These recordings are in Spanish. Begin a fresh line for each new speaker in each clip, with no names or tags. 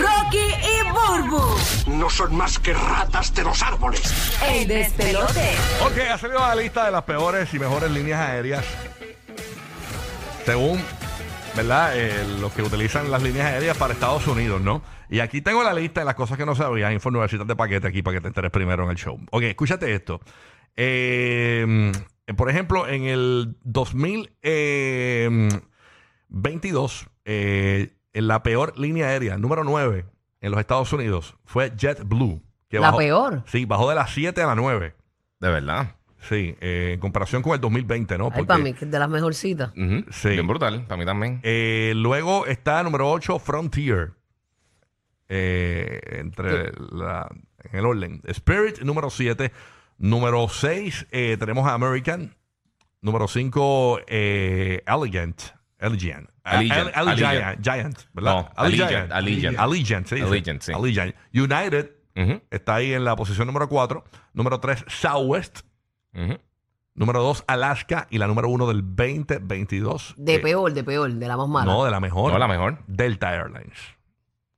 Rocky y Burbu,
no son más que ratas de los árboles.
el despelote.
Ok, ha salido la lista de las peores y mejores líneas aéreas. Según, ¿verdad? Eh, los que utilizan las líneas aéreas para Estados Unidos, ¿no? Y aquí tengo la lista de las cosas que no sabían. Info Universidad de Paquete aquí para que te enteres primero en el show. Ok, escúchate esto. Eh, por ejemplo, en el 2000. eh, 22, eh, en la peor línea aérea, número 9 en los Estados Unidos, fue JetBlue. Que
¿La peor?
Sí, bajó de las 7 a las 9.
De verdad.
Sí, eh, en comparación con el 2020, ¿no? Mm,
Ay, para mí, que es de las mejorcitas.
Ujú.
Sí.
Bien brutal, para mí también.
eh, luego está número 8, Frontier. Eh, entre la, en el orden. Spirit, número 7. Número 6, eh, tenemos a American. Número 5, eh, Elegant. Elegant.
Allegiant,
Al- Al-
Allegiant.
Giant, ¿verdad?
No,
Allegiant.
Allegiant,
Allegiant.
Allegiant.
sí, sí.
Allegiant, sí.
Allegiant. United
Ujú,
está ahí en la posición número 4. Número 3, Southwest.
ujú.
Número 2, Alaska. Y la número 1 del 2022.
De
eh,
peor, de peor, de la más mala.
No, de la mejor.
No, la mejor.
Delta Airlines.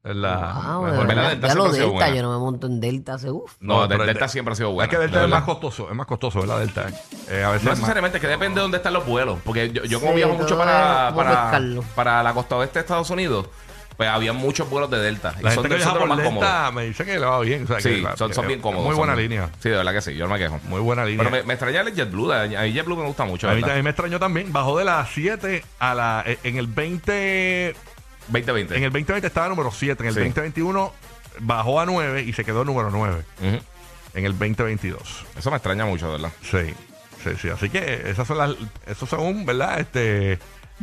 Es la
Wow, de
mejor.
verdad,
¿verdad? Delta
Ah, ya lo
siempre ha sido
Delta,
buena.
yo no me monto en Delta, se uf.
No, de-
pero el
Delta
de-
siempre ha sido
Es
buena.
que Delta
de
es más
verdad.
costoso, es más costoso, ¿verdad? Delta. Eh, a veces
No
es más-
necesariamente, que depende de dónde están los vuelos. Porque yo, yo como
Sí,
viajo
todo
mucho
es
para,
como
para,
pescarlo.
para la costa oeste de Estados Unidos, pues había muchos vuelos de
La
Delta. y
gente
son
que
de
viaja
son de los
por
más cómodos.
Delta me dice que le va bien. o sea, que
Sí,
la-
son, son
que-
bien cómodos.
Muy
son
buena
bien-
línea.
Sí, de verdad que sí, yo no me quejo.
Muy buena línea.
Pero me, me extraña el JetBlue. de- A mí JetBlue me gusta mucho.
a, mí,
¿verdad?
también me extrañó también. Bajó de las 7 a la. eh, En el 20.
2020.
En el 2020 estaba número 7. En el
Sí.
2021 bajó a 9 y se quedó número 9.
Ujú.
En el 2022.
Eso me extraña mucho, de ¿verdad?
Sí, sí, sí. Así que esas son las, esos son, ¿verdad? Este,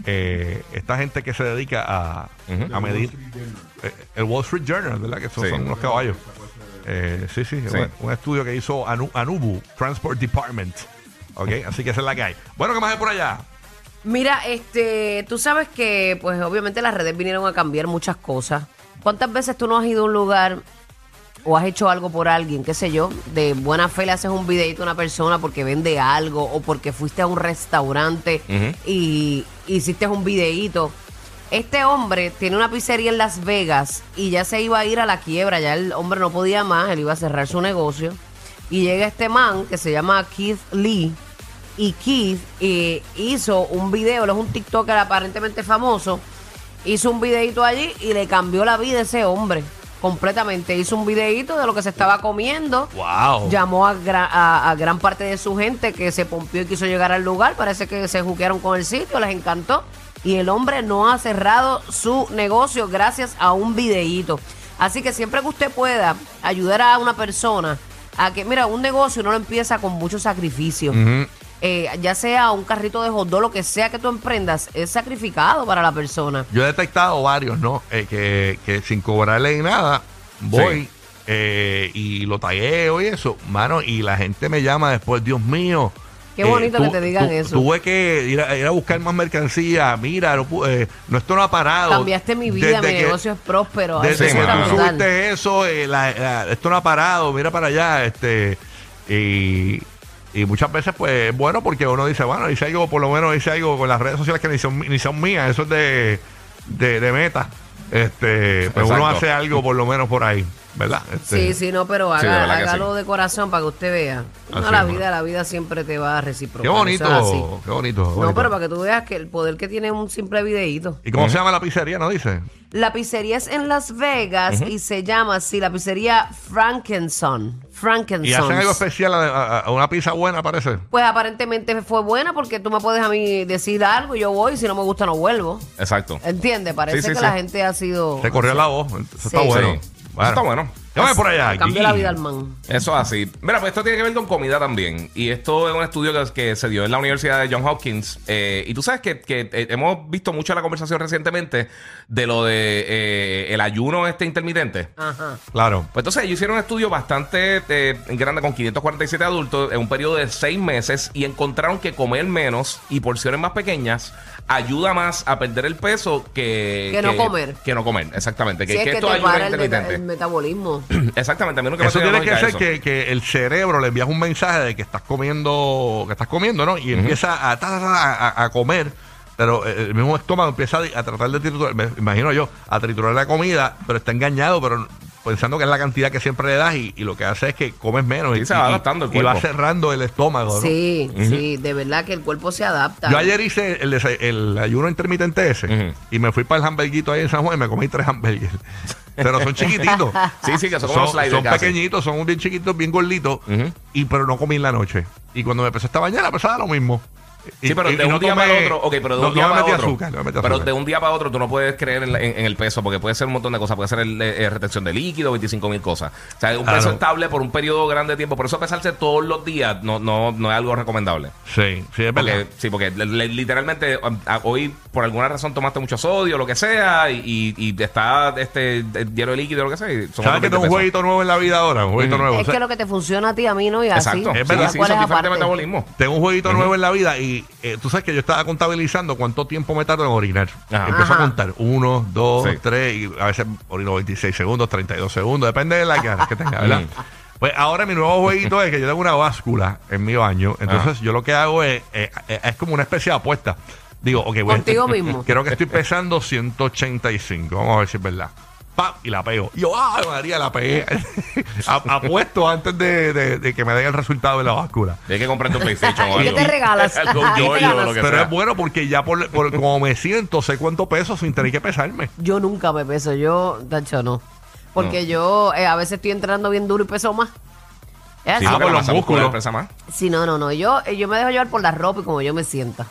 eh, esta gente que se dedica a,
Ujú.
a medir eh, el Wall Street Journal, ¿verdad? Que esos
Sí.
son unos caballos. Eh, sí, sí,
Sí.
Un, un estudio que hizo Anu- Anubu Transport Department. ¿Ok? Así que esa es la que hay. Bueno, ¿qué más hay por allá?
Mira, este, tú sabes que, pues obviamente las redes vinieron a cambiar muchas cosas. ¿Cuántas veces tú no has ido a un lugar o has hecho algo por alguien, qué sé yo? De buena fe le haces un videito a una persona porque vende algo o porque fuiste a un restaurante
Ujú.
y hiciste un videíto. Este hombre tiene una pizzería en Las Vegas y ya se iba a ir a la quiebra, ya el hombre no podía más, él iba a cerrar su negocio. Y llega este man que se llama Keith Lee y Keith eh, hizo un video, él es un TikToker aparentemente famoso, hizo un videito allí y le cambió la vida a ese hombre completamente. Hizo un videito de lo que se estaba comiendo.
¡Wow!
Llamó a, gra- a- a gran parte de su gente que se pompió y quiso llegar al lugar. Parece que se juquearon con el sitio, les encantó. Y el hombre no ha cerrado su negocio gracias a un videíto. Así que siempre que usted pueda ayudar a una persona a que, mira, un negocio no lo empieza con mucho sacrificio. Eh, ya sea un carrito de hot dog, lo que sea que tú emprendas, es sacrificado para la persona.
Yo he detectado varios, ¿no? Eh, que, que sin cobrarle ni nada, voy
Sí.
eh, y lo tagueo y eso, mano, y la gente me llama después, Dios mío. eh,
Qué bonito que te digan eso.
Tuve que ir a, ir a buscar más mercancía, mira, no, pu- eh, no, esto no ha parado.
Cambiaste mi vida,
Desde
mi
que-
negocio es próspero. Ay,
Desde
eso
Sí,
que
está
tú
mano.
brutal.
subiste eso, eh, la- la- esto no ha parado, mira para allá, este, y, y muchas veces, pues, bueno, porque uno dice, bueno, hice algo, por lo menos hice algo con las redes sociales que ni son, ni son mías, eso es de, de, de meta. Este, pues uno
Exacto.
hace algo por lo menos por ahí, ¿verdad? Este,
Sí, sí, no, pero
Sí, de
haga-
verdad que
hágalo
sí.
de corazón para que usted vea. No,
Así
la
es,
vida,
mano.
la vida siempre te va a reciprocar.
Qué
eso es así.
bonito, qué bonito. qué
No,
bonito.
pero para que tú veas que el poder que tiene un simple videíto.
¿Y cómo se llama la pizzería, no dice?
La pizzería es en Las Vegas y se llama, sí, la pizzería Frankenson. Frankenson.
Y hacen algo especial a, a- a una pizza buena, parece.
Pues aparentemente fue buena porque tú me puedes a mí decir algo y yo voy, si no me gusta no vuelvo.
Exacto.
¿Entiendes? Parece
Sí, sí,
que
sí.
la gente ha sido...
Se corrió la voz, eso
Sí.
está bueno.
Sí.
Bueno.
Está bueno.
Ya voy por allá.
Cambió
Gigi.
la vida al man.
Eso es así. Mira, pues esto tiene que ver con comida también. Y esto es un estudio que, que se dio en la Universidad de Johns Hopkins. Eh, y tú sabes que, que, eh, hemos visto mucho la conversación recientemente de lo de eh, el ayuno este intermitente.
Ajá.
Claro.
Pues entonces ellos hicieron un estudio bastante eh, grande con 547 adultos en un periodo de seis meses y encontraron que comer menos y porciones más pequeñas ayuda más a perder el peso que...
Que no comer.
Que no comer, exactamente.
Si es
Que, que
que
esto
te
ayuda
para el, meta-
intermitente.
el metabolismo.
Exactamente, a mí nunca me
Eso
ha tenido
tiene que
lógica
ser
eso.
que, que el cerebro le envías un mensaje de que estás comiendo, que estás comiendo, ¿no? Y empieza a, ta, ta, ta, a- a comer, pero eh, el mismo estómago empieza a, di- a tratar de triturar, me imagino yo, a triturar la comida, pero está engañado, pero pensando que es la cantidad que siempre le das y, y lo que hace es que comes menos
Sí,
y,
se va
y-
adaptando el
y va
cuerpo.
cerrando el estómago. ¿no?
Sí, sí, de verdad que el cuerpo se adapta.
Yo ayer hice el, desa- el ayuno intermitente ese
Ujú.
y me fui para el hamburguito ahí en San Juan y me comí tres hamburgues. Pero son chiquititos.
Sí, sí, que son,
son,
unos sliders
son
casi.
pequeñitos, son bien chiquitos, bien gorditos, y pero no comí en la noche. Y cuando me empecé esta mañana pensaba lo mismo. Y-
Sí, pero
y-
de
y
un
no
día
tomé-
para otro, ok, pero de
no-
un día
no me
para
metí
otro,
azúcar, no me metí
pero
azúcar.
de un día para otro tú no puedes creer en, la- en- en el peso porque puede ser un montón de cosas, puede ser el, eh, retención de líquido, 25 mil cosas. O sea, un
Claro.
peso estable por un periodo grande de tiempo, por eso pesarse todos los días no, no, no es algo recomendable.
Sí, sí, es verdad.
Porque, sí, porque le- le- literalmente um, a- hoy por alguna razón tomaste mucho sodio, lo que sea, y, y- y está este de- lleno de líquido, lo que sea. y son
¿Sabes que tengo
20
un
pesos.
jueguito nuevo en la vida ahora? Un jueguito
Ujú.
nuevo. O
es
sea,
que lo que te funciona a ti, a mí no, y así.
Exacto.
Es
sí,
verdad.
sí,
¿Cuál
son
es
diferentes
aparte?
metabolismo.
Tengo un jueguito nuevo en la vida y eh, tú sabes que yo estaba contabilizando cuánto tiempo me tardo en orinar.
Ajá.
Empiezo a
Ajá.
contar. Uno, dos,
Sí.
tres, y a veces orino 26 segundos, 32 segundos, depende de la cara que tenga, ¿verdad?
Mm.
Pues ahora mi nuevo jueguito es que yo tengo una báscula en mi baño, entonces yo lo que hago es, eh, eh, es como una especie de apuesta. Digo, ok, voy a-
Contigo mismo.
Creo que estoy pesando 185, vamos a ver si es verdad. ¡Pam! Y la pego. Y yo, ¡ay, María, la pegué! A- Apuesto antes de, de- de que me den el resultado de la báscula.
Hay que comprarte un PlayStation. o
¿Y qué
algo.
te regalas? Ah,
Algo,
¿Qué te
yo, yo,
ganas?
lo que
Pero
sea.
es bueno porque ya por, por como me siento, sé cuánto peso sin tener que pesarme.
Yo nunca me peso, yo, Tacho, no. Porque yo eh, a veces estoy entrenando bien duro y peso más. Es así.
Ah,
Sí, porque
por
la
los
masa muscular
músculos.
pesa más.
Sí, no, no, no. Yo, eh, yo me dejo llevar por la ropa y como yo me sienta.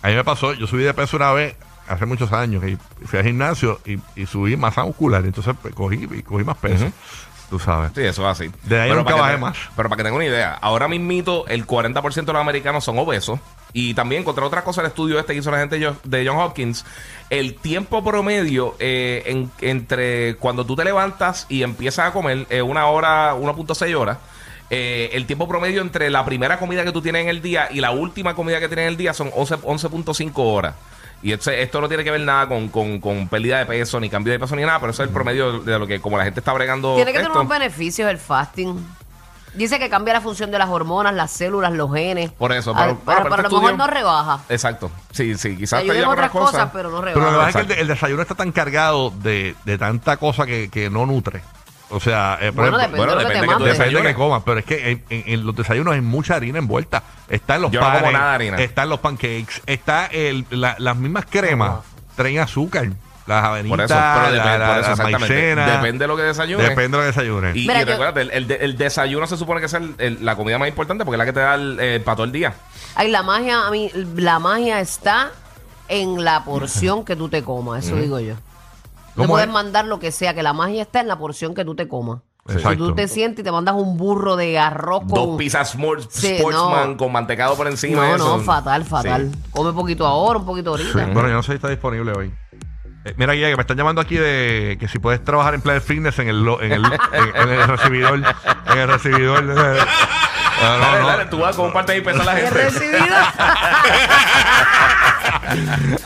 A mí me pasó, yo subí de peso una vez hace muchos años que fui al gimnasio y, y subí masa muscular, entonces pues, cogí y cogí más peso. Tú sabes.
Sí, eso es así.
De ahí nunca
para que
bajé
te-
más.
Pero para que tengan una idea, ahora mismito el 40% de los americanos son obesos. Y también, contra otras cosas, el estudio este que hizo la gente yo- de John Hopkins, el tiempo promedio eh, en- entre cuando tú te levantas y empiezas a comer, eh, una hora, 1.6 horas, eh, el tiempo promedio entre la primera comida que tú tienes en el día y la última comida que tienes en el día son 11 11.5 horas. Y esto, esto no tiene que ver nada con, con- con pérdida de peso, ni cambio de peso, ni nada, pero eso es el promedio de lo que, como la gente está bregando.
Tiene que tener
esto.
unos beneficios el fasting. Dice que cambia la función de las hormonas, las células, los genes.
Por eso,
Ah,
pero-
pero,
pero
pero a lo
este
mejor
estudio-
no rebaja.
Exacto. Sí, sí, quizás
Ayuda
te
en
lleva
otras
otras
cosas,
cosas.
pero no
Pero lo que
rebaja.
pasa es que el, de- el desayuno está tan cargado de, de tanta cosa que, que no nutre. O sea, eh, por ejemplo,
Bueno, depende
bueno,
de lo que te
depende que tú
depende
mandes.
desayunes.
de que comas, pero es que en, en- en los desayunos hay mucha harina envuelta. Está en los
Yo no
panes,
como nada de harina.
está en los pancakes, está el- la- las mismas cremas, traen azúcar, las avenitas,
Por eso, pero depende,
la- la-
por eso,
las
exactamente.
maicenas.
Depende de lo que desayunes.
Depende de lo que desayunes.
Y, y
Mira, yo-
recuérdate, el, el de- el desayuno se supone que es el- el- la comida más importante porque es la que te da el, eh, para todo el día.
Ay, la magia, a mí, la magia está en la porción que tú te comas, eso digo yo. Tú
¿Cómo
puedes
es?
mandar lo que sea, que la magia está en la porción que tú te comas. Si
Exacto.
tú te sientes y te mandas un burro de arroz
Dos
con...
pizzas smor-
Sí,
Sportsman
no.
con mantecado por encima.
no,
eso.
no, fatal,
Sí.
fatal. Come poquito ahora, un poquito
Sí,
ahorita.
Bueno, yo no sé si está disponible hoy. Eh, mira, Guía, que me están llamando aquí de que si puedes trabajar en Planet Fitness en el, lo- en el, en- en el recibidor. En el recibidor. No,
Dale,
no,
dale,
no.
tú vas con un parte de peso a la
He
gente.
recibido.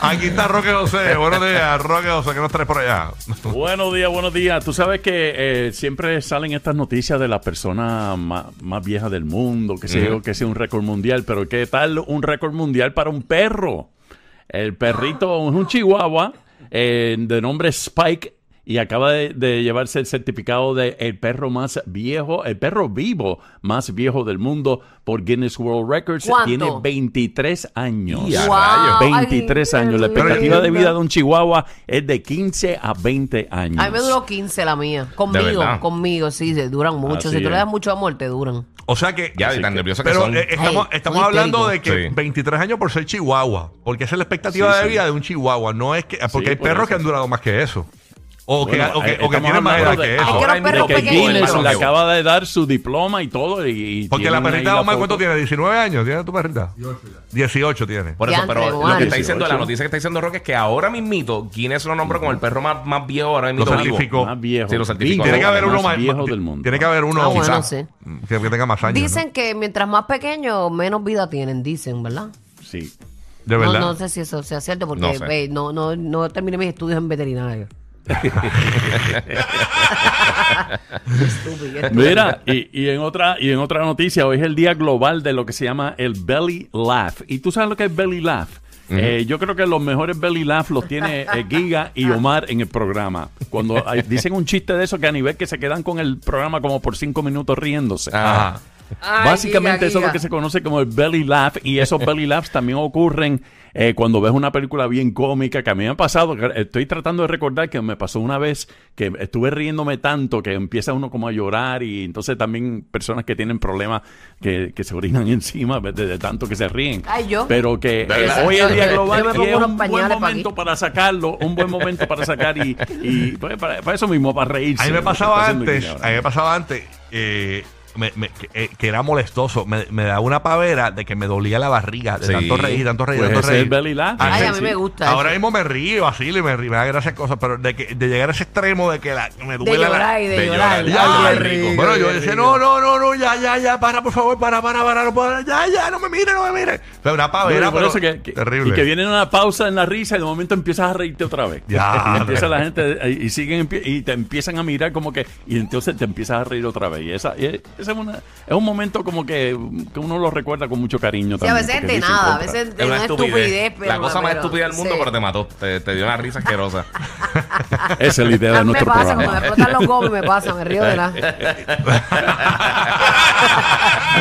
Aquí está Roque José. Buenos días, Roque José. ¿Qué nos traes por allá?
Buenos días, buenos días. Tú sabes que eh, siempre salen estas noticias de las personas más, más viejas del mundo, que sé yo, que sea un récord mundial, pero ¿qué tal un récord mundial para un perro? El perrito es un chihuahua eh, de nombre Spike y acaba de, de llevarse el certificado de el perro más viejo, el perro vivo más viejo del mundo por Guinness World Records.
¿Cuánto?
Tiene 23 años.
Ya,
Guau, ay,
23 años. La
qué
expectativa de
lindo.
vida de un chihuahua es de 15 a 20 años.
A mí me duró 15 la mía. Conmigo,
verdad.
conmigo, sí, se duran mucho.
Así
si tú le
es.
das mucho amor, te duran.
O sea que.
Ya, de tan nervioso que
Pero
son.
eh, estamos,
Ay,
estamos
muy
hablando de
histérico.
que
Sí.
23 años por ser chihuahua, porque esa es la expectativa
Sí,
de
sí.
vida de un chihuahua, no es que porque
Sí,
hay
por
perros
eso.
que han durado más que eso. O que,
Bueno,
o que,
eh,
o que
estamos
tiene más edad
hablando
que
de-
eso.
Ahora mismo
De que
pequeñitos.
Guinness le
Bueno,
acaba de dar su diploma y todo. Y, y
Porque
tienen
la
ahí
perrita de Omar,
foto.
¿cuánto tiene? ¿19 años? ¿Tiene tu perrita? 18 tiene.
Por eso,
Ya,
pero
entre
lo que está
18.
diciendo, la noticia que está diciendo Roque es que ahora mismito, Guinness lo nombró como el perro más, más viejo ahora mismo.
Lo
vivo.
certificó.
Más viejo.
Sí, lo certificó.
Tiene que
Ahora
haber
mismo.
uno
más
más.
viejo
ti-
del mundo.
Tiene que haber uno
Ah, bueno,
quizás,
sí.
que, que tenga más años.
Dicen que mientras más pequeño, menos vida tienen, dicen, ¿verdad?
Sí.
¿no? De
No,
verdad.
no sé si eso sea cierto porque
No
no,
sé.
no, no, no terminé mis estudios en veterinario. Estúpido, estúpido.
Mira, y, y en otra, y en otra noticia, hoy es el día global de lo que se llama el belly laugh. ¿Y tú sabes lo que es belly laugh? Eh, yo creo que los mejores belly laugh los tiene eh, Giga y Omar en el programa. Cuando eh, dicen un chiste de eso que a nivel que se quedan con el programa como por cinco minutos riéndose.
Ah,
Ajá.
Ay,
Básicamente
Giga,
eso es lo
Giga.
que se conoce como el belly laugh y esos belly laughs también ocurren eh, cuando ves una película bien cómica que a mí me ha pasado, que estoy tratando de recordar que me pasó una vez que estuve riéndome tanto que empieza uno como a llorar y entonces también personas que tienen problemas que, que se orinan encima de, de tanto que se ríen.
Ay, yo.
Pero que
De
eh,
verdad.
hoy en día
Yo-
global
yo me
y
pongo
es
unos
un buen
pañales pa'
momento
aquí.
para sacarlo, un buen momento para sacar y, y, pues, para, para eso mismo, para reírse.
A mí
de
me
lo que
pasaba
está haciendo
antes,
Guinea ahora.
a mí me pasaba antes eh, me- me- que, eh, que era molestoso. Me, me daba una pavera de que me dolía la barriga de
Sí.
tanto reír, tanto reír,
Pues
tanto
ese
reír.
es el belly laugh.
Ay, a
sí.
mí me gusta.
Ahora
eso.
mismo me río así, y me, río, me da gracias cosas, pero de, que, de llegar a ese extremo de que la, me
de
duela la,
llorar y de,
de
llorar.
llorar.
Ya,
Ay,
ya,
qué
rico.
rico.
Bueno, yo decía, no, no, no, no, ya, ya, ya, para, por favor, para, para, para, no puedo, ya, ya, no me mire, no me mire. O sea, una
Bueno,
pavera,
por
pero
eso que, que-
terrible.
Y que viene una pausa en la risa y de momento empiezas a reírte otra vez.
Ya,
y empieza la gente eh, y, y siguen empie- y te empiezan a mirar como que y entonces te empiezas a reír otra vez. Y esa, y esa es, una, es un momento como que, que uno lo recuerda con mucho cariño
Sí, a
también.
veces
porque
de
dicen
nada, a
contra.
veces de
Es
una estupidez. pero,
la cosa más
pero-
estúpida del mundo,
sí.
pero te mató. Te, te dio una risa asquerosa.
Esa es la idea
A mí
de
Ah, me
nuestro
pasa, cuando me
programa.
explotan los gomos me pasa, me río de la...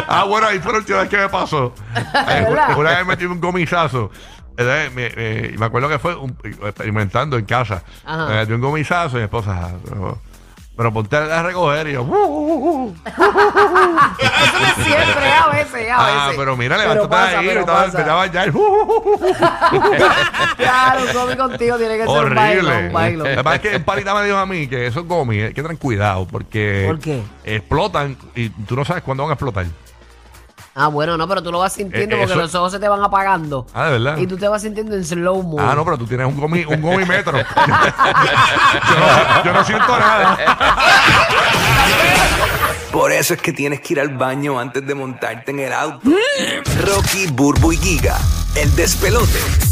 ah, bueno, ahí fue la última vez que me pasó. Ahí fue-
¿Verdad?
Una vez metí un gomizazo. Entonces, Me, eh, me acuerdo que fue un- experimentando en casa.
Ajá.
Me metí un gomizazo y mi esposa. "Ah, Pero, pero ponte a recoger y yo. "Uh, uh, uh".
Eso me siempre, a veces, a veces.
ah, pero mira,
Pero
levántate
pasa,
ahí.
pero
y estaba-
pasa.
empezaba ya el, "Uh, uh, uh, uh".
Claro, un gomi contigo tiene que ser un bailo,
Horrible.
un bailo.
Lo que pasa es que un parita me dijo a mí que esos gomis hay que tener cuidado porque
¿Por qué?
explotan y tú no sabes cuándo van a explotar.
Ah, bueno, no, pero tú lo vas sintiendo
Eh,
porque
eso-
los ojos se te van apagando.
Ah, ¿de verdad?
Y tú te vas sintiendo en slow mo.
Ah, no, pero tú tienes un gomi, un gomimetro. yo, no, yo no siento nada.
Por eso es que tienes que ir al baño antes de montarte en el auto. Rocky, Burbu y Giga, el despelote.